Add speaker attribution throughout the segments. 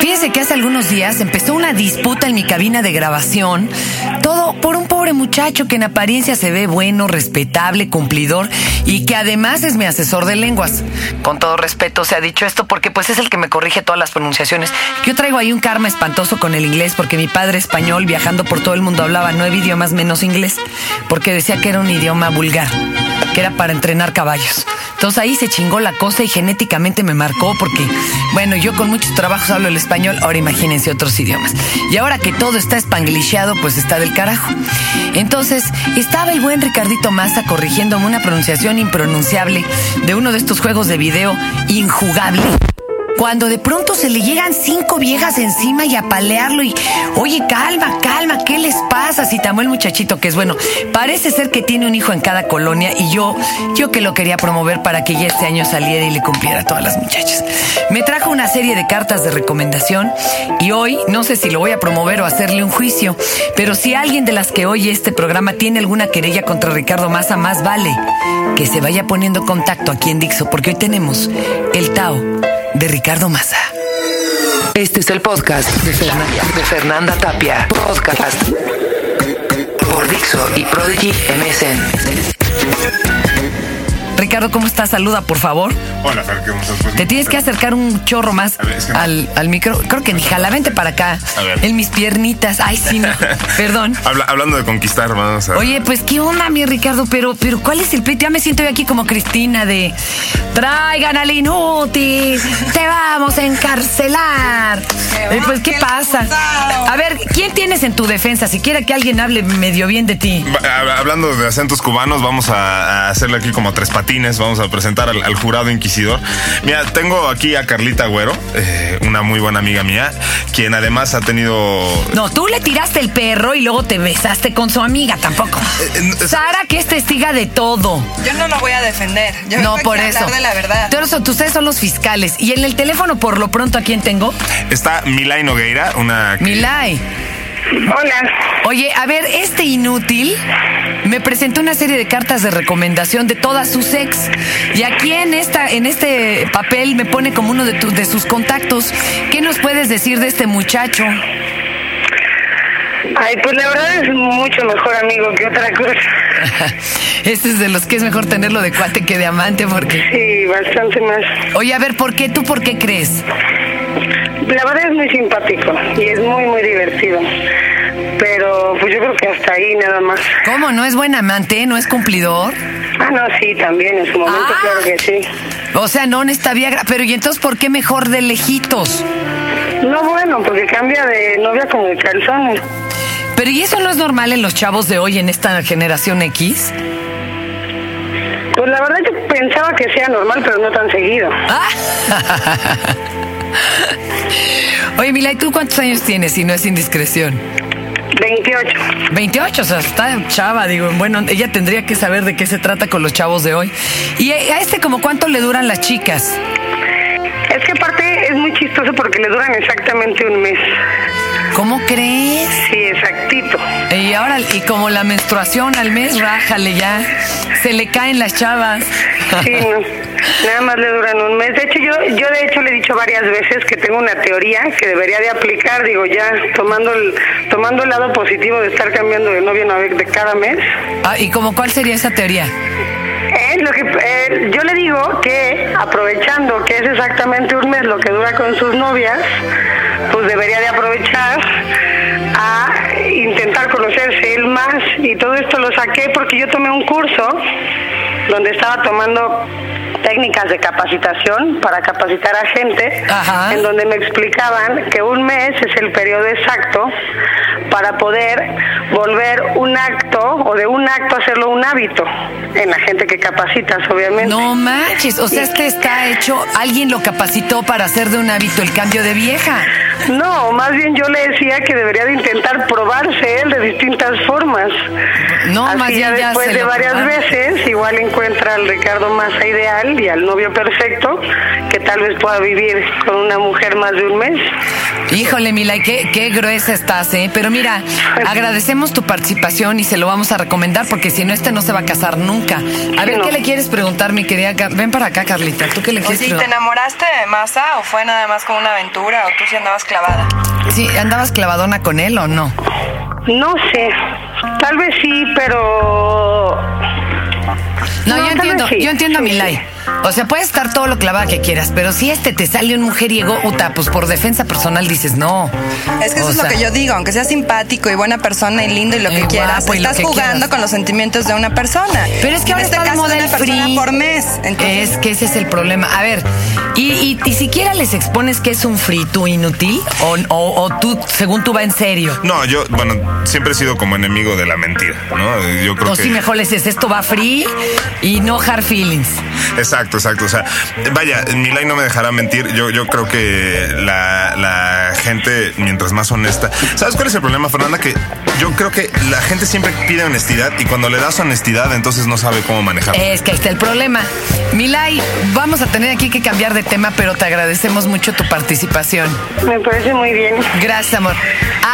Speaker 1: Fíjense que hace algunos días empezó una disputa en mi cabina de grabación, todo por un pobre muchacho que en apariencia se ve bueno, respetable, cumplidor y que además es mi asesor de lenguas. Con todo respeto se ha dicho esto porque pues es el que me corrige todas las pronunciaciones. Yo traigo ahí un karma espantoso con el inglés porque mi padre español viajando por todo el mundo hablaba nueve idiomas menos inglés porque decía que era un idioma vulgar, que era para entrenar caballos. Entonces ahí se chingó la cosa y genéticamente me marcó porque, bueno, yo con muchos trabajos hablo el español, ahora imagínense otros idiomas. Y ahora que todo está espanglishado, pues está del carajo. Entonces estaba el buen Ricardito Massa corrigiéndome una pronunciación impronunciable de uno de estos juegos de video injugable. Cuando de pronto se le llegan cinco viejas encima y a palearlo y, oye, calma, calma, ¿qué les pasa? Si tamó el muchachito que es bueno. Parece ser que tiene un hijo en cada colonia y yo, yo que lo quería promover para que ya este año saliera y le cumpliera a todas las muchachas. Me trajo una serie de cartas de recomendación y hoy no sé si lo voy a promover o hacerle un juicio, pero si alguien de las que oye este programa tiene alguna querella contra Ricardo Massa, más vale que se vaya poniendo contacto aquí en Dixo, porque hoy tenemos el Tao de Ricardo Massa. Este es el podcast de Fernanda, de Fernanda Tapia. Podcast por Dixo y Prodigy MSN. Ricardo, ¿cómo estás? Saluda, por favor.
Speaker 2: Hola, Fer, ¿cómo estás? Pues,
Speaker 1: Te tienes que
Speaker 2: Fer,
Speaker 1: acercar un chorro más
Speaker 2: A ver, es que no.
Speaker 1: al, al micro. Creo que ni jala, vente para acá.
Speaker 2: A ver.
Speaker 1: En mis piernitas. Ay, sí, no. Perdón.
Speaker 2: habla- hablando de conquistar, hermanos. a-
Speaker 1: Oye, pues qué onda, mi Ricardo, pero, pero ¿cuál es el pleito? Ya me siento yo aquí como Cristina de traigan al inútil, te vamos a encarcelar. Eh, pues qué pasa. A ver, ¿quién tienes en tu defensa? Si quiera que alguien hable medio bien de ti.
Speaker 2: va- hab- Hablando de acentos cubanos, vamos a, a hacerle aquí como tres patines. Vamos a presentar al, al jurado inquisidor. Mira, tengo aquí a Carlita Agüero, eh, una muy buena amiga mía, quien además ha tenido.
Speaker 1: No, tú le tiraste el perro y luego te besaste con su amiga, tampoco.
Speaker 2: eh, no,
Speaker 1: Sara, que es testiga de todo.
Speaker 3: Yo no lo voy a defender. Yo
Speaker 1: no,
Speaker 3: vengo aquí
Speaker 1: por
Speaker 3: a
Speaker 1: eso.
Speaker 3: hablar de la verdad.
Speaker 1: Tú eres- ustedes son los fiscales. Y en el teléfono, por lo pronto, ¿a quién tengo?
Speaker 2: Está Milay Nogueira, una.
Speaker 1: Milay.
Speaker 4: Hola.
Speaker 1: Oye, a ver, este inútil me presentó una serie de cartas de recomendación de todas sus ex. Y aquí en esta, en este papel me pone como uno de, tu- de sus contactos. ¿Qué nos puedes decir de este muchacho?
Speaker 4: Ay, pues la verdad es mucho mejor amigo que otra cosa.
Speaker 1: Este es de los que es mejor tenerlo de cuate que de amante, porque.
Speaker 4: Sí, bastante más.
Speaker 1: Oye, a ver, ¿por qué tú por qué crees?
Speaker 4: La verdad es muy simpático y es muy, muy divertido. Pero pues yo creo que hasta ahí nada más.
Speaker 1: ¿Cómo? ¿No es buen amante? ¿No es cumplidor?
Speaker 4: Ah, no, sí, también en su momento,
Speaker 1: Ah.
Speaker 4: claro que sí.
Speaker 1: O sea, no está Viagra. Pero ¿y entonces por qué mejor de lejitos?
Speaker 4: No, bueno, porque cambia de novia como de calzones.
Speaker 1: Pero ¿y eso no es normal en los chavos de hoy, en esta generación X?
Speaker 4: Pues la verdad yo pensaba que sea normal, pero no tan seguido.
Speaker 1: Ah. Oye, Mila, ¿y tú cuántos años tienes si no es indiscreción?
Speaker 4: 28.
Speaker 1: 28, o sea, está chava, digo, bueno, ella tendría que saber de qué se trata con los chavos de hoy. ¿Y a este como cuánto le duran las chicas?
Speaker 4: Es que aparte es muy chistoso porque le duran exactamente un mes.
Speaker 1: ¿Cómo crees?
Speaker 4: Sí, exactito.
Speaker 1: Y ahora, y como la menstruación al mes, rájale ya, se le caen las chavas.
Speaker 4: Sí, no. Nada más le duran un mes. De hecho, yo, yo de hecho le he dicho varias veces que tengo una teoría que debería de aplicar, digo, ya tomando el, tomando el lado positivo de estar cambiando de novio una vez de cada mes.
Speaker 1: Ah, ¿Y como cuál sería esa teoría?
Speaker 4: Eh, lo que, eh, yo le digo que aprovechando que es exactamente un mes lo que dura con sus novias, pues debería de aprovechar a intentar conocerse él más. Y todo esto lo saqué porque yo tomé un curso donde estaba tomando técnicas de capacitación para capacitar a gente,
Speaker 1: Ajá.
Speaker 4: en donde me explicaban que un mes es el periodo exacto para poder volver un acto o de un acto hacerlo un hábito en la gente que capacitas, obviamente.
Speaker 1: No manches, o sea, este está hecho, alguien lo capacitó para hacer de un hábito el cambio de vieja.
Speaker 4: No, más bien yo le decía que debería de intentar probarse él de distintas formas.
Speaker 1: No,
Speaker 4: Así
Speaker 1: más
Speaker 4: ya
Speaker 1: bien ya
Speaker 4: después
Speaker 1: se
Speaker 4: de
Speaker 1: lo
Speaker 4: varias
Speaker 1: probaron.
Speaker 4: veces, igual encuentra al Ricardo Massa ideal y al novio perfecto, que tal vez pueda vivir con una mujer más de un mes.
Speaker 1: Híjole, Mila, qué, qué gruesa estás, ¿eh? Pero mira,
Speaker 4: Pues
Speaker 1: agradecemos tu participación y se lo vamos a recomendar porque si no, este no se va a casar nunca. A ver,
Speaker 4: no.
Speaker 1: ¿qué le quieres preguntar, mi querida? Car- Ven para acá, Carlita. ¿Tú qué le
Speaker 3: O
Speaker 1: quieres
Speaker 3: si te
Speaker 1: preguntar?
Speaker 3: enamoraste de Massa o fue nada más como una aventura o tú si andabas clavada.
Speaker 1: Sí, ¿andabas clavadona con él o no?
Speaker 4: No sé, tal vez sí, pero...
Speaker 1: No,
Speaker 4: No,
Speaker 1: yo
Speaker 4: tal
Speaker 1: entiendo,
Speaker 4: vez sí.
Speaker 1: yo entiendo a
Speaker 4: Sí,
Speaker 1: Milay. O sea, puedes estar todo lo clavada que quieras, pero si este te sale un mujeriego, uta, pues por defensa personal dices no.
Speaker 3: Es que eso
Speaker 1: O
Speaker 3: es lo
Speaker 1: sea,
Speaker 3: que yo digo, aunque seas simpático y buena persona y lindo y lo
Speaker 1: Y
Speaker 3: que quieras,
Speaker 1: guapo y lo
Speaker 3: estás
Speaker 1: que
Speaker 3: jugando
Speaker 1: quieras.
Speaker 3: con los sentimientos de una persona.
Speaker 1: Pero es que
Speaker 3: En
Speaker 1: ahora
Speaker 3: este
Speaker 1: está de
Speaker 3: caso
Speaker 1: moda
Speaker 3: de
Speaker 1: el
Speaker 3: una persona
Speaker 1: free.
Speaker 3: por mes. Entonces,
Speaker 1: Es que ese es el problema. A ver, y, y- y siquiera les expones que es un free tú inútil o, o- o tú, según tú va en serio.
Speaker 2: No, yo, bueno, siempre he sido como enemigo de la mentira, ¿no? Yo creo
Speaker 1: O
Speaker 2: que.
Speaker 1: si mejor les dices, esto va free y no hard feelings.
Speaker 2: Exacto, exacto. O sea, vaya, Milay no me dejará mentir. Yo, yo creo que la, la gente, mientras más honesta. ¿Sabes cuál es el problema, Fernanda? Que yo creo que la gente siempre pide honestidad y cuando le das honestidad, entonces no sabe cómo manejar.
Speaker 1: Es que ahí está el problema. Milay, vamos a tener aquí que cambiar de tema, pero te agradecemos mucho tu participación.
Speaker 4: Me parece muy bien.
Speaker 1: Gracias, amor.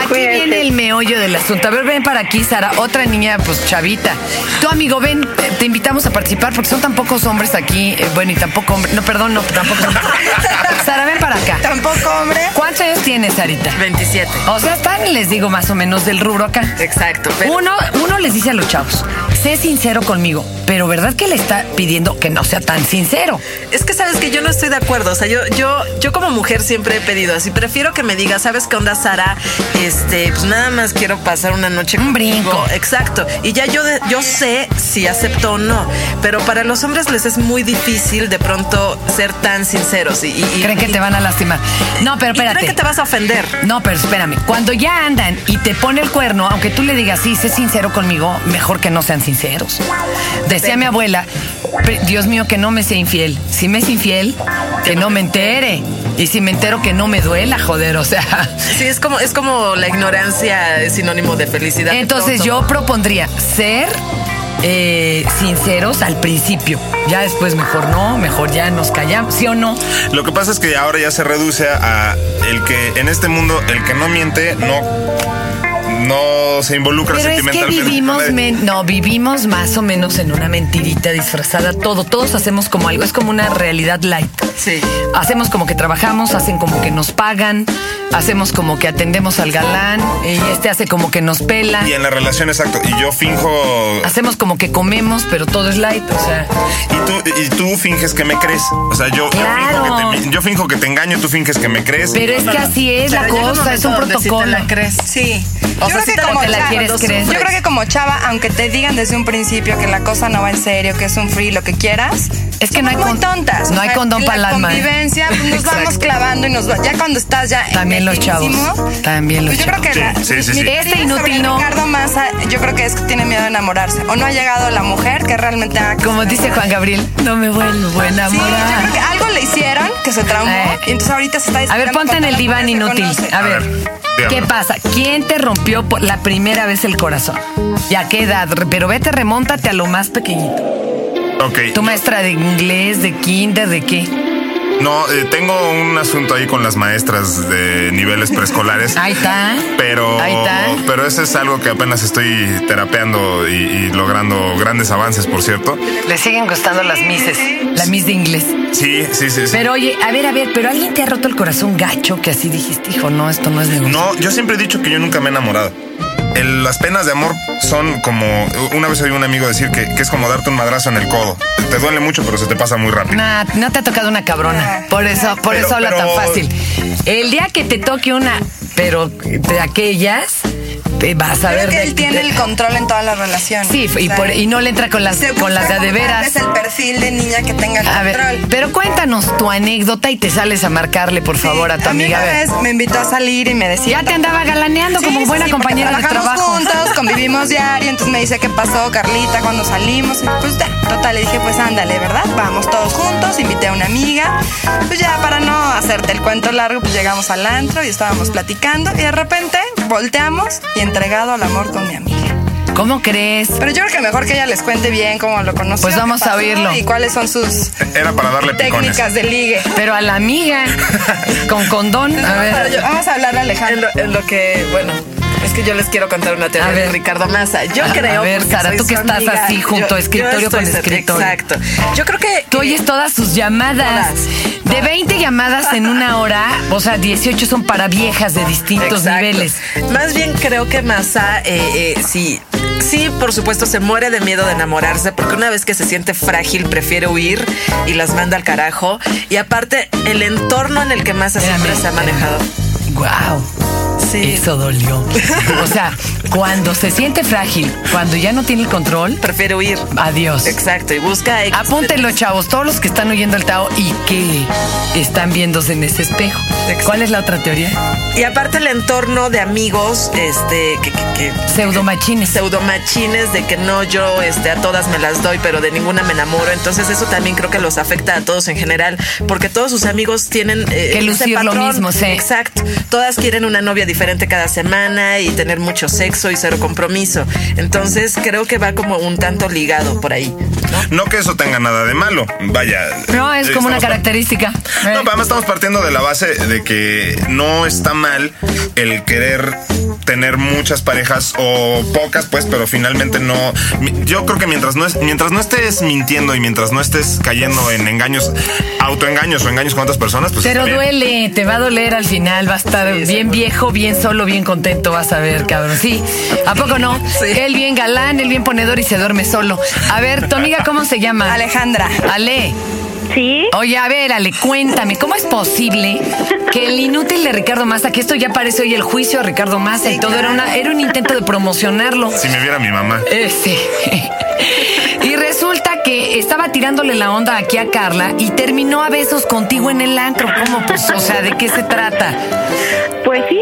Speaker 1: Aquí
Speaker 4: Cuídate.
Speaker 1: viene el meollo del asunto. A ver, ven para aquí, Sara. Otra niña, pues chavita. Tu amigo, ven, te- te invitamos a participar porque son tan pocos hombres aquí. eh, bueno, y tampoco hombres. No, perdón, no, tampoco hombres. Sara, ven para acá.
Speaker 3: tampoco, hombre.
Speaker 1: ¿Cuántos años tienes, Sarita?
Speaker 5: 27.
Speaker 1: O sea, están, les digo, más o menos del rubro acá.
Speaker 5: Exacto. pero-
Speaker 1: Uno, uno les dice a los chavos, sé sincero conmigo, pero ¿verdad que le está pidiendo que no sea tan sincero?
Speaker 5: Es que sabes que yo no estoy de acuerdo. O sea, yo, yo, yo como mujer siempre he pedido así. Prefiero que me digas, ¿sabes qué onda, Sara? Este, pues nada más quiero pasar una noche
Speaker 1: Un
Speaker 5: contigo".
Speaker 1: brinco.
Speaker 5: Exacto. Y ya yo, de- yo sé si acepto o no. Pero para los hombres les es muy difícil de pronto ser tan sinceros. Y, y- y-
Speaker 1: Creen que te van a lastimar. No, pero
Speaker 5: y creen
Speaker 1: espérate.
Speaker 5: que te vas a ofender.
Speaker 1: No, pero espérame. Cuando ya andan y te pone el cuerno, aunque tú le digas, sí, sé sincero conmigo, mejor que no sean sinceros. Decía mi abuela, "Pre- Dios mío, que no me sea infiel. Si me es infiel, que no me entere. Y si me entero, que no me duela, joder, o sea.
Speaker 5: Sí, es como, es como la ignorancia es sinónimo de felicidad.
Speaker 1: Entonces yo propondría ser eh, sinceros al principio. Ya después mejor no, mejor ya nos callamos, ¿sí o no?
Speaker 2: Lo que pasa es que ahora ya se reduce a, a el que en este mundo el que no miente no no se involucra
Speaker 1: Pero es que
Speaker 2: sentimentalmente. con
Speaker 1: vivimos,
Speaker 2: nadie.
Speaker 1: men- no, vivimos más o menos en una mentirita disfrazada, todo, todos hacemos como algo, es como una realidad light.
Speaker 5: Sí.
Speaker 1: Hacemos como que trabajamos, hacen como que nos pagan, hacemos como que atendemos al galán, y este hace como que nos pela,
Speaker 2: y en la relación exacto. Y yo finjo
Speaker 1: hacemos como que comemos, pero todo es light, o sea,
Speaker 2: Y tú, y tú finges que me crees. O sea, yo, yo
Speaker 1: Claro.
Speaker 2: finjo que te, yo finjo que te engaño, tú finges que me crees.
Speaker 1: pero es que así es la
Speaker 5: Pero llega un
Speaker 1: cosa, es un
Speaker 5: momento donde sí te
Speaker 1: protocolo.
Speaker 5: la crees.
Speaker 3: Sí.
Speaker 5: O sea,
Speaker 3: yo creo
Speaker 5: sí
Speaker 3: que
Speaker 5: te la-
Speaker 3: como
Speaker 1: te la
Speaker 3: chava,
Speaker 1: quieres creer.
Speaker 3: yo creo que como chava, aunque te digan desde un principio que la cosa no va en serio, que es un free, lo que quieras,
Speaker 1: Es que no hay
Speaker 3: somos muy
Speaker 1: con-
Speaker 3: tontas.
Speaker 1: no hay condón para el
Speaker 3: la
Speaker 1: alma, ¿eh?
Speaker 3: convivencia, pues, nos
Speaker 1: Exacto.
Speaker 3: vamos clavando y nos va. Ya cuando estás ya
Speaker 1: También los chavos,
Speaker 3: metidísimo,
Speaker 1: también los
Speaker 3: pues yo creo que
Speaker 2: chavos.
Speaker 3: la-
Speaker 2: Sí, sí, sí,
Speaker 3: mi-
Speaker 2: sí.
Speaker 3: mi
Speaker 1: Este
Speaker 3: teoría
Speaker 1: inútil
Speaker 3: sobre
Speaker 1: no.
Speaker 3: Ricardo Massa, yo creo que es que tiene miedo de enamorarse o no ha llegado la mujer que realmente haga que
Speaker 1: Como
Speaker 3: se
Speaker 1: dice
Speaker 3: enamore.
Speaker 1: Juan Gabriel, no me vuelvo a
Speaker 3: Sí, yo
Speaker 1: enamorar.
Speaker 3: creo que algo le hicieron que se traumó
Speaker 1: Eh.
Speaker 3: y entonces ahorita se está
Speaker 1: A ver,
Speaker 3: desesperando
Speaker 1: ponte en
Speaker 3: con
Speaker 1: el
Speaker 3: todas las
Speaker 1: diván
Speaker 3: mujeres que
Speaker 1: inútil.
Speaker 3: conoce.
Speaker 1: A ver,
Speaker 2: A ver,
Speaker 1: ¿qué
Speaker 2: dígame.
Speaker 1: pasa? ¿Quién te rompió por la primera vez el corazón? Ya qué edad? Pero vete, remóntate a lo más pequeñito.
Speaker 2: Ok.
Speaker 1: ¿Tu maestra de inglés, de kinder, de qué?
Speaker 2: No, eh, tengo un asunto ahí con las maestras de niveles preescolares.
Speaker 1: Ahí está.
Speaker 2: Pero,
Speaker 1: Ahí está.
Speaker 2: pero eso es algo que apenas estoy terapeando y, y logrando grandes avances, por cierto.
Speaker 1: Le siguen gustando las mises. La mis de inglés.
Speaker 2: Sí, sí, sí. sí.
Speaker 1: Pero oye, a ver, a ver, pero alguien te ha roto el corazón gacho que así dijiste, hijo, no, esto no es negocio.
Speaker 2: No, yo siempre he dicho que yo nunca me he enamorado. El- las penas de amor son como. Una vez oí un amigo decir que, que es como darte un madrazo en el codo. Te duele mucho, pero se te pasa muy rápido.
Speaker 1: Nah, no te ha tocado una cabrona. Por eso, por
Speaker 2: Pero-
Speaker 1: eso habla
Speaker 2: pero-
Speaker 1: tan fácil. El día que te toque una, pero de aquellas, te vas a
Speaker 3: Creo
Speaker 1: ver.
Speaker 3: que
Speaker 1: de-
Speaker 3: él tiene el control en todas las relaciones.
Speaker 1: Sí, y,
Speaker 3: O sea,
Speaker 1: por- y no le entra con las,
Speaker 3: se
Speaker 1: con las de a de
Speaker 3: busca como
Speaker 1: veras.
Speaker 3: Es el perfil de niña que tenga el
Speaker 1: A ver,
Speaker 3: control.
Speaker 1: pero cuéntanos tu anécdota y te sales a marcarle, por favor, a tu
Speaker 3: Sí, mí
Speaker 1: amiga. A
Speaker 3: una
Speaker 1: ver.
Speaker 3: vez me invitó a salir y me decía.
Speaker 1: Ya te andaba galaneando
Speaker 3: Sí,
Speaker 1: como
Speaker 3: sí,
Speaker 1: buena
Speaker 3: sí, porque
Speaker 1: compañera de
Speaker 3: trabajamos
Speaker 1: trabajo.
Speaker 3: juntos, convivimos diario, entonces me dice qué pasó, Carlita, cuando salimos. Y pues ya, total, le dije, pues ándale, ¿verdad? Vamos todos juntos, invité a una amiga. Pues ya, para no hacerte el cuento largo, pues llegamos al antro y estábamos platicando. Y de repente volteamos y entregado al amor con mi amiga.
Speaker 1: ¿Cómo crees?
Speaker 3: Pero yo creo que mejor que ella les cuente bien cómo lo conoció.
Speaker 1: Pues
Speaker 3: qué
Speaker 1: vamos a
Speaker 3: pasó
Speaker 1: oírlo.
Speaker 3: Y cuáles son sus
Speaker 2: Era para darle picones.
Speaker 3: técnicas de ligue.
Speaker 1: Pero a la amiga, con condón. A ver.
Speaker 5: yo-
Speaker 3: Vamos a hablar a
Speaker 5: En
Speaker 3: Alejandro.
Speaker 5: lo, en lo que, bueno, es que yo les quiero contar una
Speaker 1: A
Speaker 5: teoría de
Speaker 1: ver.
Speaker 5: Ricardo Massa. Yo
Speaker 1: A- a
Speaker 5: creo.
Speaker 1: ver,
Speaker 5: porque
Speaker 1: Sara,
Speaker 5: soy
Speaker 1: tú que
Speaker 5: su
Speaker 1: estás
Speaker 5: amiga,
Speaker 1: así junto a escritorio
Speaker 5: estoy
Speaker 1: con
Speaker 5: cer-
Speaker 1: escritorio.
Speaker 5: Exacto. Yo creo que.
Speaker 1: Tú oyes todas sus llamadas.
Speaker 5: Todas,
Speaker 1: De 20 llamadas en una hora, o sea, 18 son para viejas de distintos
Speaker 5: Exacto.
Speaker 1: niveles.
Speaker 5: Más bien creo que Massa, eh, eh, sí, sí, por supuesto, se muere de miedo de enamorarse, porque una vez que se siente frágil, prefiere huir y las manda al carajo. Y aparte, el entorno en el que Massa siempre
Speaker 1: Espérame.
Speaker 5: se ha manejado.
Speaker 1: ¡Guau!
Speaker 5: Sí.
Speaker 1: Eso dolió. O sea, cuando se siente frágil, cuando ya no tiene el control,
Speaker 5: Prefiere huir.
Speaker 1: adiós.
Speaker 5: Exacto. Y busca. ex-
Speaker 1: Apúntenlo, chavos, todos los que están oyendo el Tao y que están viéndose en ese espejo.
Speaker 5: Exacto.
Speaker 1: ¿Cuál es la otra teoría?
Speaker 5: Y aparte, el entorno de amigos, este, que- que- que
Speaker 1: Pseudomachines.
Speaker 5: pseudomachines de que no, yo este, a todas me las doy, pero de ninguna me enamoro. Entonces eso también creo que los afecta a todos en general, porque todos sus amigos tienen... eh,
Speaker 1: Que lucir lo mismo, sí.
Speaker 5: Exacto. Todas quieren una novia diferente cada semana y tener mucho sexo y cero compromiso. Entonces creo que va como un tanto ligado por ahí.
Speaker 2: No que eso tenga nada de malo. Vaya.
Speaker 1: No, es
Speaker 2: eh,
Speaker 1: como una
Speaker 2: estamos par-
Speaker 1: característica.
Speaker 2: No, pero además estamos partiendo de la base de que no está mal el querer tener muchas parejas o pocas, pues, pero finalmente no. mi- Yo creo que mientras no es, mientras no estés mintiendo y mientras no estés cayendo en engaños, autoengaños o engaños con otras personas, pues.
Speaker 1: Pero
Speaker 2: está bien.
Speaker 1: Eh, duele, te va a doler al final, va a estar bien viejo, bien solo, bien contento, vas a ver, cabrón. Sí, ¿a poco no? Él bien galán, él bien ponedor y se duerme solo. A ver, tu amiga, ¿cómo se llama?
Speaker 3: Alejandra.
Speaker 1: Ale.
Speaker 4: ¿Sí?
Speaker 1: Oye, a ver, Ale, cuéntame, ¿cómo es posible que el inútil de Ricardo Massa, que esto ya parece hoy el juicio de Ricardo Massa y todo, era, una, era un intento de promocionarlo?
Speaker 2: Si me viera mi mamá.
Speaker 1: Ese. Y resulta que estaba tirándole la onda aquí a Carla y terminó a besos contigo en el antro. ¿Cómo? Pues, o sea, ¿de qué se trata?
Speaker 4: Pues sí,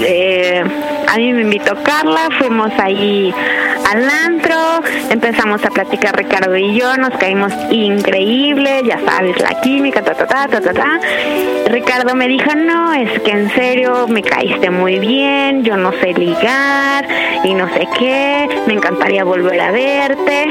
Speaker 4: eh, a mí me invitó Carla, fuimos ahí al antro, empezamos a platicar Ricardo y yo, nos caímos increíble, ya sabes, la química, ta, ta, ta, ta, ta, ta. Ricardo me dijo, no, es que en serio me caíste muy bien, yo no sé ligar y no sé qué, me encantaría volver a verte.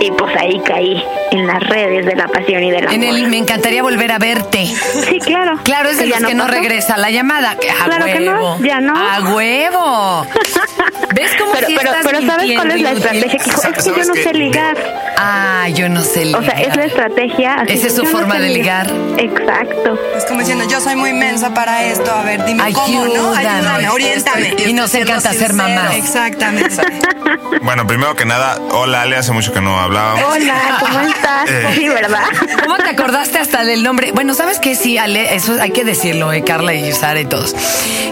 Speaker 4: Y pues ahí caí en las redes de la pasión y del amor.
Speaker 1: En el me encantaría volver a verte.
Speaker 4: Sí, claro.
Speaker 1: Claro, es de
Speaker 4: Que ya
Speaker 1: los que no
Speaker 4: pasó.
Speaker 1: regresa la llamada. A
Speaker 4: Claro que no,
Speaker 1: huevo.
Speaker 4: ya no.
Speaker 1: A huevo. ¿Ves cómo
Speaker 4: pero,
Speaker 1: sí
Speaker 4: pero,
Speaker 1: estás
Speaker 4: pero ¿sabes cuál es
Speaker 1: mintiendo,
Speaker 4: la
Speaker 1: inútil?
Speaker 4: estrategia? Que dijo, es que yo
Speaker 2: ¿Sabes
Speaker 4: no
Speaker 2: qué?
Speaker 4: sé ligar.
Speaker 1: Ah, yo no sé
Speaker 4: O sea, es la
Speaker 1: ligar.
Speaker 4: estrategia. así,
Speaker 1: Esa es su
Speaker 4: yo no
Speaker 1: forma
Speaker 4: sé
Speaker 1: de ligar.
Speaker 4: Exacto.
Speaker 3: Es pues como diciendo, yo soy muy mensa para esto. A ver, dime cómo, ¿no?
Speaker 1: Ayúdame.
Speaker 3: Ayúdame, oriéntame.
Speaker 1: Y nos encanta ser
Speaker 3: Siendo sincero.
Speaker 1: mamás.
Speaker 3: Exactamente.
Speaker 2: Bueno, primero que nada, hola Ale, hace mucho que no hablábamos.
Speaker 4: Hola, ¿cómo estás?
Speaker 2: Eh.
Speaker 4: Sí, ¿verdad?
Speaker 1: ¿Cómo te acordaste hasta del nombre? Bueno, ¿sabes qué? Sí, Ale, eso hay que decirlo, eh, Carla y Sara y todos.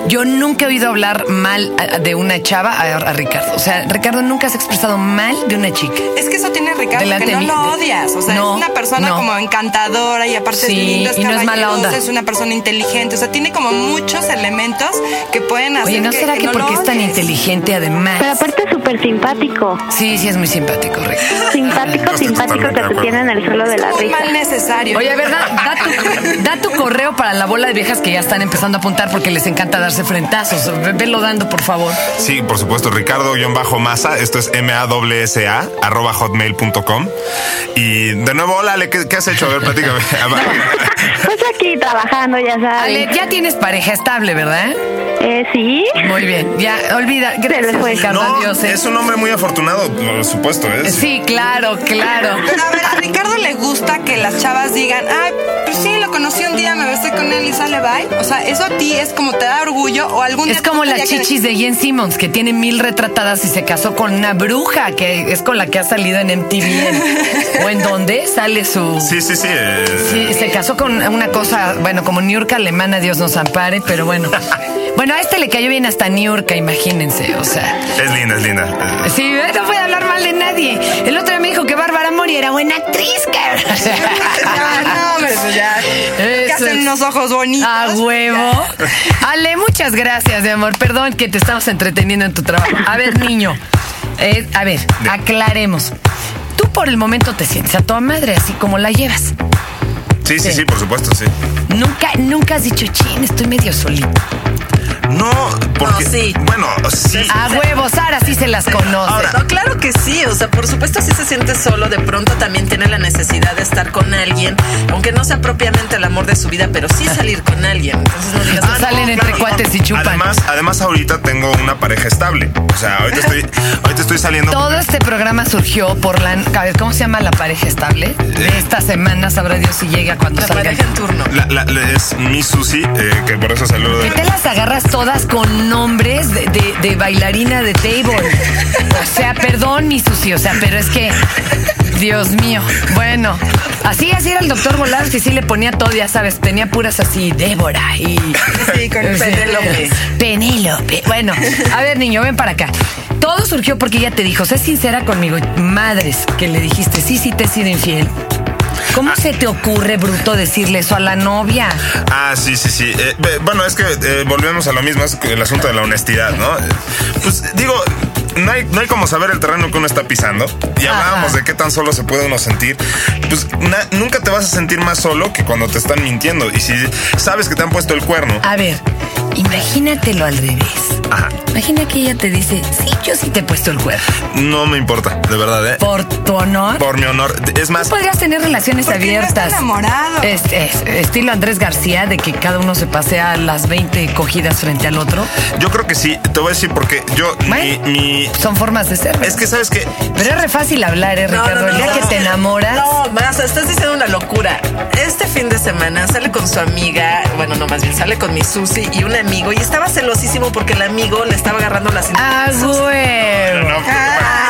Speaker 1: Yo nunca he oído hablar mal a- de una chava a, a Ricardo. O sea, Ricardo nunca se ha expresado mal de una chica.
Speaker 3: Es que eso tiene Ricardo,
Speaker 1: Delante
Speaker 3: que no
Speaker 1: de mí.
Speaker 3: lo odias. O sea,
Speaker 1: No,
Speaker 3: es una persona
Speaker 1: no.
Speaker 3: como encantadora y aparte
Speaker 1: Sí,
Speaker 3: es lindo, es
Speaker 1: y no es mala
Speaker 3: caballeroso,
Speaker 1: onda.
Speaker 3: es una persona inteligente. O sea, tiene como muchos elementos que pueden hacer
Speaker 1: Oye, ¿no
Speaker 3: que,
Speaker 1: será que
Speaker 3: no
Speaker 1: porque
Speaker 3: lo
Speaker 1: es tan
Speaker 3: odies?
Speaker 1: inteligente además?
Speaker 4: Pero aparte es súper simpático.
Speaker 1: Sí, sí, es muy simpático, Ricardo.
Speaker 4: Simpático,
Speaker 2: Estoy
Speaker 4: simpático
Speaker 2: totalmente
Speaker 4: que
Speaker 2: de
Speaker 4: te
Speaker 2: acuerdo.
Speaker 4: tiene en el suelo de la
Speaker 3: Un
Speaker 4: risa.
Speaker 3: mal necesario.
Speaker 1: Oye, a ver, da, da tu, da tu correo para la bola de viejas que ya están empezando a apuntar porque les encanta darse frentazos. Ve- Velo dando, por favor.
Speaker 2: Sí, por supuesto, Ricardo-Masa, esto es m a s a arroba hotmail.com. Y de nuevo, hola Ale, ¿qué, qué has hecho? A ver, platícame.
Speaker 4: Pues aquí trabajando, ya sabes.
Speaker 1: Ale, ya tienes pareja estable, ¿verdad?
Speaker 4: Eh, sí.
Speaker 1: Muy bien. Ya, olvida.
Speaker 4: le
Speaker 1: Gracias,
Speaker 4: fue.
Speaker 1: Ricardo.
Speaker 2: No,
Speaker 1: Adiós, eh.
Speaker 2: es un hombre muy afortunado, por supuesto. ¿eh?
Speaker 1: Sí, claro, claro.
Speaker 3: Pero a ver, a Ricardo le gusta que las chavas digan, ay, pues sí, lo conocí un día, me besé con él y sale bye. O sea, eso a ti es como te da orgullo o algún día
Speaker 1: Es
Speaker 3: tú
Speaker 1: como
Speaker 3: te
Speaker 1: la
Speaker 3: ya que-
Speaker 1: chichis de Jen Simmons, que tiene mil retratadas y se casó con una bruja, que es con la que ha salido en MTV. en- o en donde sale su...
Speaker 2: Sí, sí, sí. eh,
Speaker 1: Sí, se casó con una cosa, bueno, como Niurka alemana, Dios nos ampare, pero bueno. Bueno, a este le cayó bien hasta Niurka, imagínense, o sea.
Speaker 2: Es linda, es linda. Eh,
Speaker 1: Sí, ¿eh? no puede hablar mal de nadie. El otro día me dijo que Bárbara Mori era buena actriz,
Speaker 3: Ah,
Speaker 1: cabrón.
Speaker 3: no, hombre, eso ya. Que
Speaker 1: Eso
Speaker 3: hacen
Speaker 1: es.
Speaker 3: unos ojos bonitos.
Speaker 1: A Ah, huevo. Ale, muchas gracias, mi amor. Perdón que te estamos entreteniendo en tu trabajo. A ver, niño. eh, a ver, aclaremos. Tú por el momento te sientes a toda madre, así como la llevas.
Speaker 2: Sí, sí, sí, por supuesto, sí.
Speaker 1: Nunca, nunca has dicho, chin, estoy medio solito.
Speaker 2: No, porque.
Speaker 5: No, sí.
Speaker 2: Bueno, sí.
Speaker 1: A huevo, Sara sí se las conoce.
Speaker 5: No, claro que sí, o sea, por supuesto si se siente solo, de pronto también tiene la necesidad de estar con alguien, aunque no sea propiamente el amor de su vida, pero sí salir con alguien. Entonces no digas,
Speaker 1: Ah,
Speaker 5: "No,
Speaker 1: salen entre cuates y chupan.
Speaker 2: Además, además ahorita tengo una pareja estable. O sea, ahorita estoy, ahorita estoy saliendo.
Speaker 1: Todo este programa surgió por la. a ver, ¿Cómo se llama la pareja estable? De esta semana sabrá Dios si llega cuando
Speaker 5: la
Speaker 1: salga.
Speaker 5: pareja en turno.
Speaker 2: La- la- la- es mi Susi, eh, que por eso saludo.
Speaker 1: Que te las agarras todas con nombres de, de- de bailarina de table. O sea, perdón, mi sucio, o sea, pero es que. Dios mío. Bueno, así, así era el doctor Volados que sí le ponía todo, ya sabes, tenía puras así, Débora y.
Speaker 5: Sí, con Penélope.
Speaker 1: Penélope. Bueno, a ver, niño, ven para acá. Todo surgió porque ella te dijo, sé sincera conmigo. Madres, que le dijiste, sí, sí, te he sido infiel. ¿Cómo
Speaker 5: Ah.
Speaker 1: se te ocurre, bruto, decirle eso a la novia?
Speaker 2: Ah, sí, sí, sí. Eh, ve- bueno, es que eh, volvemos a lo mismo, es el asunto de la honestidad, ¿no? Eh, Pues digo, no hay, no hay como saber el terreno que uno está pisando. Y
Speaker 1: Ajá.
Speaker 2: hablábamos de qué tan solo se puede uno sentir. Pues na- nunca te vas a sentir más solo que cuando te están mintiendo. Y si sabes que te han puesto el cuerno,
Speaker 1: A ver, imagínatelo al revés.
Speaker 2: ajá,
Speaker 1: Imagina que ella te dice, sí, yo sí te he puesto el cuerpo.
Speaker 2: no me importa, de verdad, ¿eh?
Speaker 1: Por tu honor.
Speaker 2: Por mi honor. Es
Speaker 1: Tú
Speaker 2: más,
Speaker 1: podrías tener relaciones
Speaker 3: ¿Por qué no está
Speaker 1: abiertas.
Speaker 3: enamorado?
Speaker 1: Es- es- estilo Andrés García, de que cada uno se pasea las 20 cogidas frente al otro.
Speaker 2: yo creo que sí. Te voy a decir porque yo, mi,
Speaker 1: Bueno.
Speaker 2: mi-
Speaker 1: Son formas de ser.
Speaker 2: Es que, ¿sabes qué?
Speaker 1: Pero es re fácil hablar, ¿eh,
Speaker 5: No,
Speaker 1: Ricardo?
Speaker 5: no, no,
Speaker 1: el día
Speaker 5: no,
Speaker 1: que
Speaker 5: no.
Speaker 1: te enamoras.
Speaker 5: No, más, estás diciendo una locura. Este fin de semana sale con su amiga, bueno, no, más bien sale con mi Susi y un amigo y estaba celosísimo porque el amigo le estaba agarrando la cintura.
Speaker 1: ¡A
Speaker 5: a Susi.
Speaker 1: huevo!
Speaker 2: No, porque-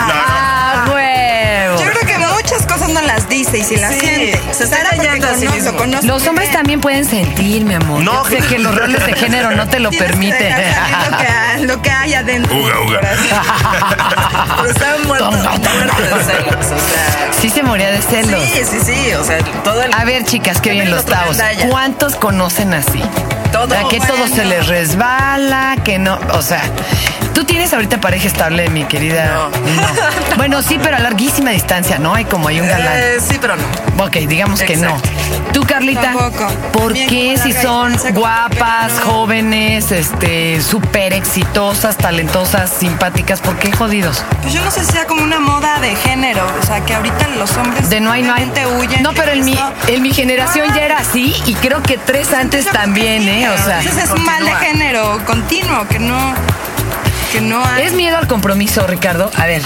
Speaker 2: no, no.
Speaker 1: ¡A huevo!
Speaker 3: Yo creo que muchas cosas no las dice y si las
Speaker 5: Sí,
Speaker 3: siente.
Speaker 5: se está
Speaker 3: Sara, porque
Speaker 5: engañando a sí
Speaker 3: conozco,
Speaker 5: mismo.
Speaker 3: conozco
Speaker 1: Los
Speaker 3: muy
Speaker 1: hombres
Speaker 3: bien.
Speaker 1: también pueden sentir, mi amor.
Speaker 2: No.
Speaker 1: Yo sé que los roles de género no te lo
Speaker 3: Tienes que
Speaker 1: permiten.
Speaker 3: dejar salir Lo que, hay- lo que hay adentro.
Speaker 2: Uga, uga.
Speaker 5: Pero estaba muerto,
Speaker 1: No, no, no.
Speaker 5: muerto de celos, o sea.
Speaker 1: Sí se moría de celos.
Speaker 5: Sí, sí, sí, o sea, todo el...
Speaker 1: A ver, chicas, que bien
Speaker 5: También
Speaker 1: los
Speaker 5: lo toman
Speaker 1: taos.
Speaker 5: Daya.
Speaker 1: ¿Cuántos conocen así?
Speaker 5: Todo.
Speaker 1: A que todo se les resbala, que no. O sea, tú tienes ahorita pareja estable, mi querida.
Speaker 5: No.
Speaker 1: No. Bueno, sí, pero a larguísima distancia, ¿no? Hay como hay un galán.
Speaker 5: Eh, sí, pero no.
Speaker 1: Ok, digamos que no. Tú, Carlita,
Speaker 3: Tampoco.
Speaker 1: ¿por
Speaker 3: Bien,
Speaker 1: qué
Speaker 3: como
Speaker 1: si
Speaker 3: larga
Speaker 1: son
Speaker 3: distancia, como
Speaker 1: guapas,
Speaker 3: que no?
Speaker 1: jóvenes, este, súper exitosas, talentosas, simpáticas? ¿Por qué jodidos?
Speaker 3: Pues yo no sé si sea como una moda de género. O sea, que ahorita los hombres.
Speaker 1: De no hay, no hay.
Speaker 3: realmente huyen.
Speaker 1: No, pero en mi,
Speaker 3: Eso.
Speaker 1: en mi generación ya era así y creo que tres antes
Speaker 3: Yo creo
Speaker 1: también,
Speaker 3: que sí,
Speaker 1: ¿eh? O
Speaker 3: pero
Speaker 1: sea,
Speaker 3: entonces es un mal de
Speaker 5: continúa.
Speaker 3: género continuo que no. Que no hay.
Speaker 1: ¿es miedo al compromiso, Ricardo? A ver,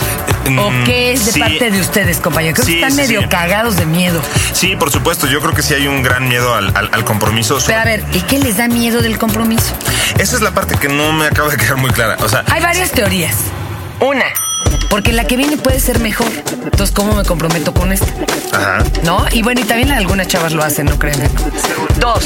Speaker 1: ¿o
Speaker 2: Mm,
Speaker 1: qué es de
Speaker 2: sí.
Speaker 1: parte de ustedes, compañero? Creo
Speaker 2: Sí,
Speaker 1: que están
Speaker 2: sí,
Speaker 1: medio
Speaker 2: sí.
Speaker 1: cagados de miedo.
Speaker 2: Sí, por supuesto. Yo creo que sí hay un gran miedo al, al- al compromiso.
Speaker 1: Pero a ver, ¿y qué les da miedo del compromiso?
Speaker 2: Esa es la parte que no me acaba de quedar muy clara. O sea,
Speaker 1: Hay varias teorías. Una, porque la que viene puede ser mejor. Entonces, ¿cómo me comprometo con esta?
Speaker 2: ajá.
Speaker 1: ¿No? Y bueno, y también algunas chavas lo hacen, ¿no creen? Dos,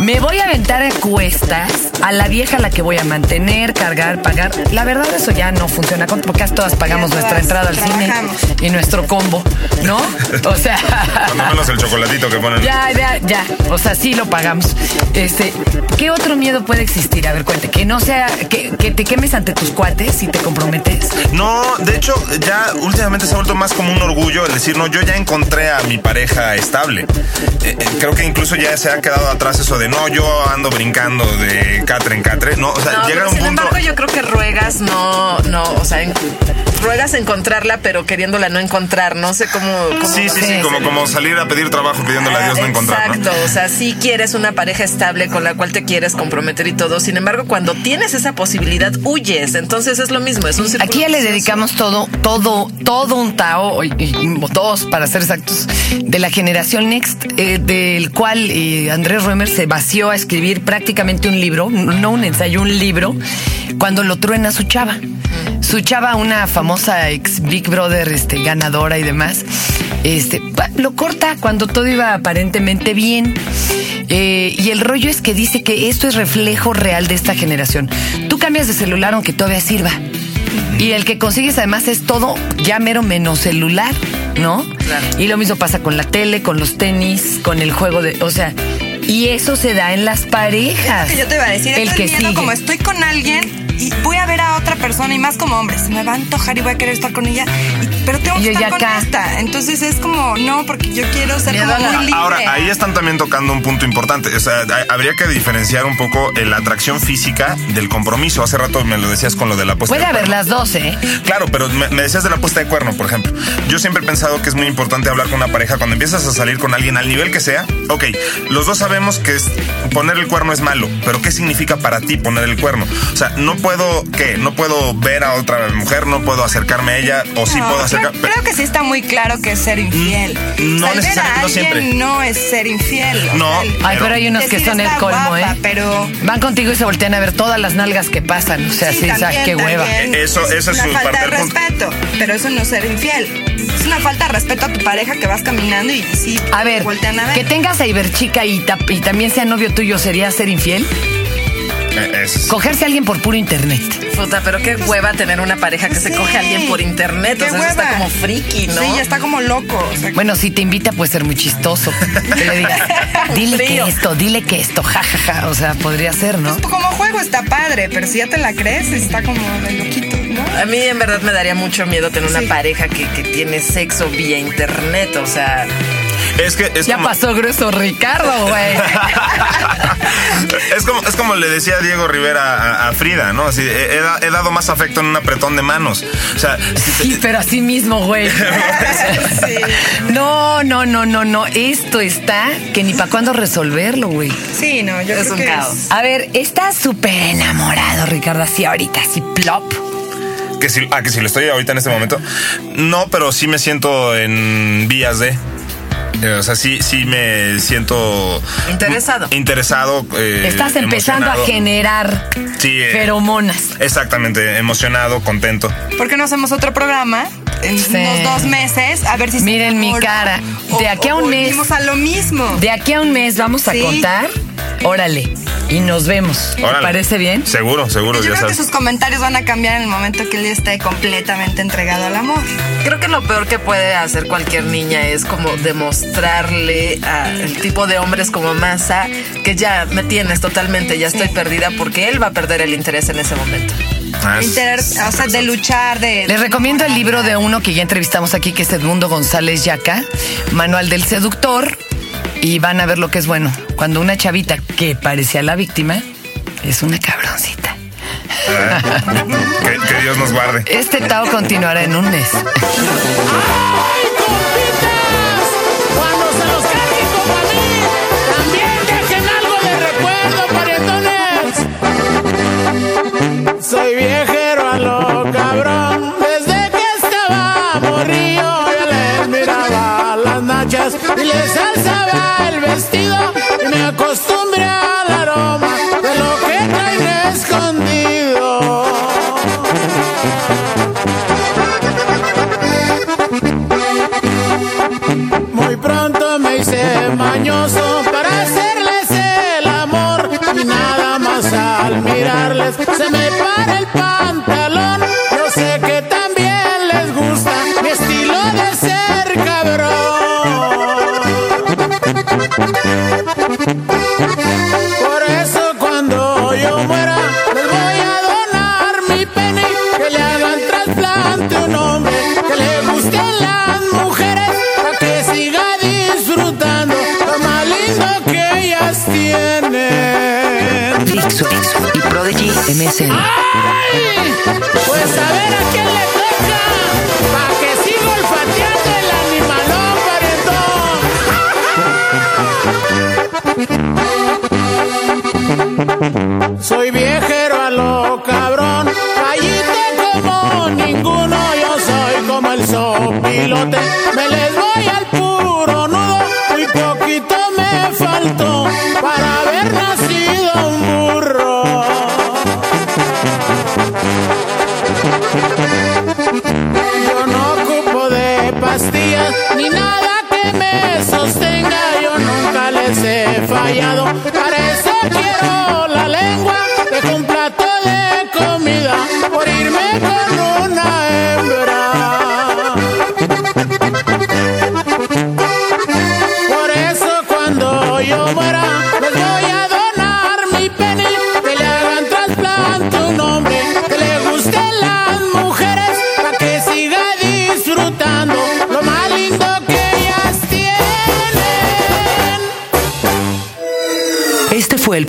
Speaker 1: me voy a aventar a cuestas a la vieja a la que voy a mantener, cargar, pagar. La verdad, eso ya no funciona con- porque casi todas pagamos
Speaker 3: Ya
Speaker 1: nuestra
Speaker 3: todas
Speaker 1: entrada al cine
Speaker 3: trabajamos.
Speaker 1: y nuestro combo, ¿no? O sea.
Speaker 2: Cuando menos el chocolatito que ponen.
Speaker 1: Ya, ya, ya. O sea, sí lo pagamos. Este, ¿qué otro miedo puede existir? A ver, cuente, que no sea, que, que te quemes ante tus cuates y te comprometes.
Speaker 2: No, de hecho, ya últimamente se ha vuelto más como un orgullo el decir, no, yo ya encontré a mi pareja estable. Eh, eh, creo que incluso ya se ha quedado atrás eso de, no, yo ando brincando de catre en catre. No, o sea,
Speaker 5: No,
Speaker 2: llega
Speaker 5: pero
Speaker 2: un
Speaker 5: sin
Speaker 2: punto.
Speaker 5: embargo, yo creo que ruegas no, no, o sea, en- ruegas encontrarla, pero queriéndola no encontrar, no sé cómo. cómo- Ah,
Speaker 2: Sí, sí, sí,
Speaker 1: Sí,
Speaker 2: como, como salir a pedir trabajo pidiéndole a Dios no encontrar. ¿no?
Speaker 5: Exacto, o sea, si quieres una pareja estable con la cual te quieres comprometer y todo, sin embargo, cuando tienes esa posibilidad, huyes, entonces es lo mismo, es un círculo
Speaker 1: Aquí ya le
Speaker 5: vicioso.
Speaker 1: dedicamos todo, todo, todo un Tao, y- y- o dos para ser exactos, de la generación Next, eh, del cual eh, Andrés Römer se vació a escribir prácticamente un libro, no un ensayo, un libro, cuando lo truena su chava. Su chava, una famosa ex Big Brother este, ganadora y demás, este, pa- lo corta cuando todo iba aparentemente bien. Eh, y el rollo es que dice que esto es reflejo real de esta generación. Tú cambias de celular aunque todavía sirva. Y el que consigues además es todo ya mero menos celular, ¿no?
Speaker 5: Claro.
Speaker 1: Y lo mismo pasa con la tele, con los tenis, con el juego de, o sea, Y eso se da en las parejas.
Speaker 3: que yo te iba a decir,
Speaker 1: el
Speaker 3: esto
Speaker 1: que
Speaker 3: es miedo
Speaker 1: sigue.
Speaker 3: como estoy con alguien y voy a ver a otra persona y más como hombre, se me va a antojar y voy a querer estar con ella, y- pero tengo que
Speaker 1: Y yo ya
Speaker 3: estar con
Speaker 1: acá.
Speaker 3: esta. Entonces es como, no, porque yo quiero ser
Speaker 5: Miedo
Speaker 3: como
Speaker 5: a la-
Speaker 3: muy libre.
Speaker 2: Ahora, ahí están también tocando un punto importante. O sea, ha- habría que diferenciar un poco eh, la atracción física del compromiso. Hace rato me lo decías con lo de la puesta
Speaker 1: Puede
Speaker 2: de cuerno.
Speaker 1: haber las dos, ¿eh?
Speaker 2: Claro, pero me, me decías de la puesta de cuerno, por ejemplo. Yo siempre he pensado que es muy importante hablar con una pareja cuando empiezas a salir con alguien al nivel que sea. Ok, los dos sabemos que es- poner el cuerno es malo, pero ¿qué significa para ti poner el cuerno? O sea, no puedo, ¿qué? No puedo ver a otra mujer, no puedo acercarme a ella, o sí
Speaker 3: No,
Speaker 2: puedo
Speaker 3: creo,
Speaker 2: acercarme.
Speaker 3: creo que sí está muy claro que es ser infiel.
Speaker 2: no
Speaker 3: O sea, el ver
Speaker 2: necesariamente,
Speaker 3: a
Speaker 2: no
Speaker 3: alguien
Speaker 2: siempre.
Speaker 3: no es ser infiel. o
Speaker 2: No.
Speaker 3: sea, el-
Speaker 2: Ay,
Speaker 1: Ay, pero hay unos que
Speaker 3: decir
Speaker 1: son el
Speaker 3: está
Speaker 1: colmo,
Speaker 3: guapa,
Speaker 1: ¿eh?
Speaker 3: Pero
Speaker 1: Van contigo y se voltean a ver todas las nalgas que pasan. O sea, sí,
Speaker 3: Sí,
Speaker 1: o sea,
Speaker 3: también,
Speaker 1: qué hueva.
Speaker 3: también.
Speaker 2: Eh, Eso- eso es
Speaker 3: una
Speaker 2: su
Speaker 3: falta
Speaker 2: parte
Speaker 3: de
Speaker 2: del punto.
Speaker 3: respeto, pero eso no es ser infiel. Es una falta de respeto a tu pareja que vas caminando y sí
Speaker 1: A ver,
Speaker 3: voltean a ver.
Speaker 1: que tengas a Iberchica y, ta- y también sea novio tuyo sería ser infiel.
Speaker 2: Eh, es-
Speaker 1: Cogerse a alguien por puro internet.
Speaker 5: Puta, pero qué hueva tener una pareja que se
Speaker 3: Sí.
Speaker 5: coge a alguien por internet. O
Speaker 3: Qué
Speaker 5: sea, eso está
Speaker 3: hueva.
Speaker 5: como friki, ¿no?
Speaker 3: Sí, ya está como loco. o sea,
Speaker 1: Bueno, si te invita puede ser muy chistoso. Que le digas, dile que
Speaker 5: Frío.
Speaker 1: esto, dile que esto, jajaja. O sea, podría ser, ¿no?
Speaker 3: pues, como juego está padre, pero si ya te la crees, está como de loquito, ¿no?
Speaker 5: A mí en verdad me daría mucho miedo tener
Speaker 3: Sí.
Speaker 5: una pareja que, que tiene sexo vía internet. O sea,
Speaker 2: es que es
Speaker 1: Ya
Speaker 2: como-
Speaker 1: pasó grueso Ricardo, güey.
Speaker 2: es como es como le decía Diego Rivera a, a Frida, ¿no? Así, he, he da- he dado más afecto en un apretón de manos. O sea, si te-
Speaker 1: Sí, pero así mismo, güey.
Speaker 3: Sí.
Speaker 1: No, no, no, no, no. Esto está que ni para cuándo resolverlo, güey.
Speaker 3: Sí, no, yo
Speaker 5: Es
Speaker 3: creo
Speaker 5: un
Speaker 3: que
Speaker 5: caos.
Speaker 1: A ver, estás súper enamorado, Ricardo, así ahorita, así plop.
Speaker 2: que si, ah, que si lo estoy ahorita en este momento. No, pero sí me siento en vías de. Eh, O sea, sí, sí me siento
Speaker 5: Interesado.
Speaker 2: Interesado. eh,
Speaker 1: Estás empezando
Speaker 2: emocionado.
Speaker 1: a generar
Speaker 2: Sí, eh,
Speaker 1: feromonas.
Speaker 2: Exactamente, emocionado, contento.
Speaker 3: ¿Por qué no hacemos otro programa en
Speaker 1: Sí.
Speaker 3: unos dos meses? A ver si se
Speaker 1: Miren mi
Speaker 3: enamora
Speaker 1: cara.
Speaker 3: o-
Speaker 1: De aquí a
Speaker 3: o
Speaker 1: un mes.
Speaker 3: volvimos a lo mismo.
Speaker 1: De aquí a un mes vamos a
Speaker 3: Sí.
Speaker 1: contar. Órale. Y nos vemos. ¿Te
Speaker 2: Órale.
Speaker 1: parece bien?
Speaker 2: Seguro, seguro,
Speaker 3: Yo
Speaker 2: ya
Speaker 3: creo que
Speaker 2: sabes.
Speaker 3: sus comentarios van a cambiar en el momento que él ya esté completamente entregado al amor.
Speaker 5: creo que lo peor que puede hacer cualquier niña es como demostrarle al tipo de hombres como Massa que ya me tienes totalmente, ya estoy perdida porque él va a perder el interés en ese momento.
Speaker 2: Ah, es-
Speaker 3: Inter- o sea, de luchar, de...
Speaker 1: Les recomiendo el libro de uno que ya entrevistamos aquí, que es Edmundo González Yaca, Manual del Seductor, y van a ver lo que es bueno. Cuando una chavita que parecía la víctima es una cabroncita.
Speaker 2: que- que Dios nos guarde.
Speaker 1: Este Tao continuará en un mes.
Speaker 6: ¡Ay, compitas! Cuando se los cargue como a mí, también dejen algo de recuerdo, parientones. Soy viejero a lo cabrón, desde que estaba morrillo yo les miraba las nachas y les alzaba el vestido y me acostumbré al aroma de lo que traen escondido. Muy pronto me hice mañoso para hacerles el amor y nada más al mirarles se me para el pantalón. Yo sé que también les gusta mi estilo de ser cabrón. Por eso cuando yo muera les voy a donar mi pene que le hagan trasplante a un hombre que le gusten las mujeres para que siga disfrutando lo más lindo que ellas tienen.
Speaker 1: y Prodigy MSN.
Speaker 6: ¡Ay! Pues a ver a quién le toca pa' que siga olfateando el animalón parentón. Soy viejero a lo cabrón, fallito como ninguno, yo soy como el sopilote, me les voy al puro nudo, muy poquito me faltó para haber nacido un burro. Yo no ocupo de pastillas ni nada que me sostenga. Yo nunca les he fallado. Para eso quiero la lengua. Dejo un plato de comida por irme con una hembra. disfrutando lo más lindo que ellas tienen.
Speaker 1: Este fue el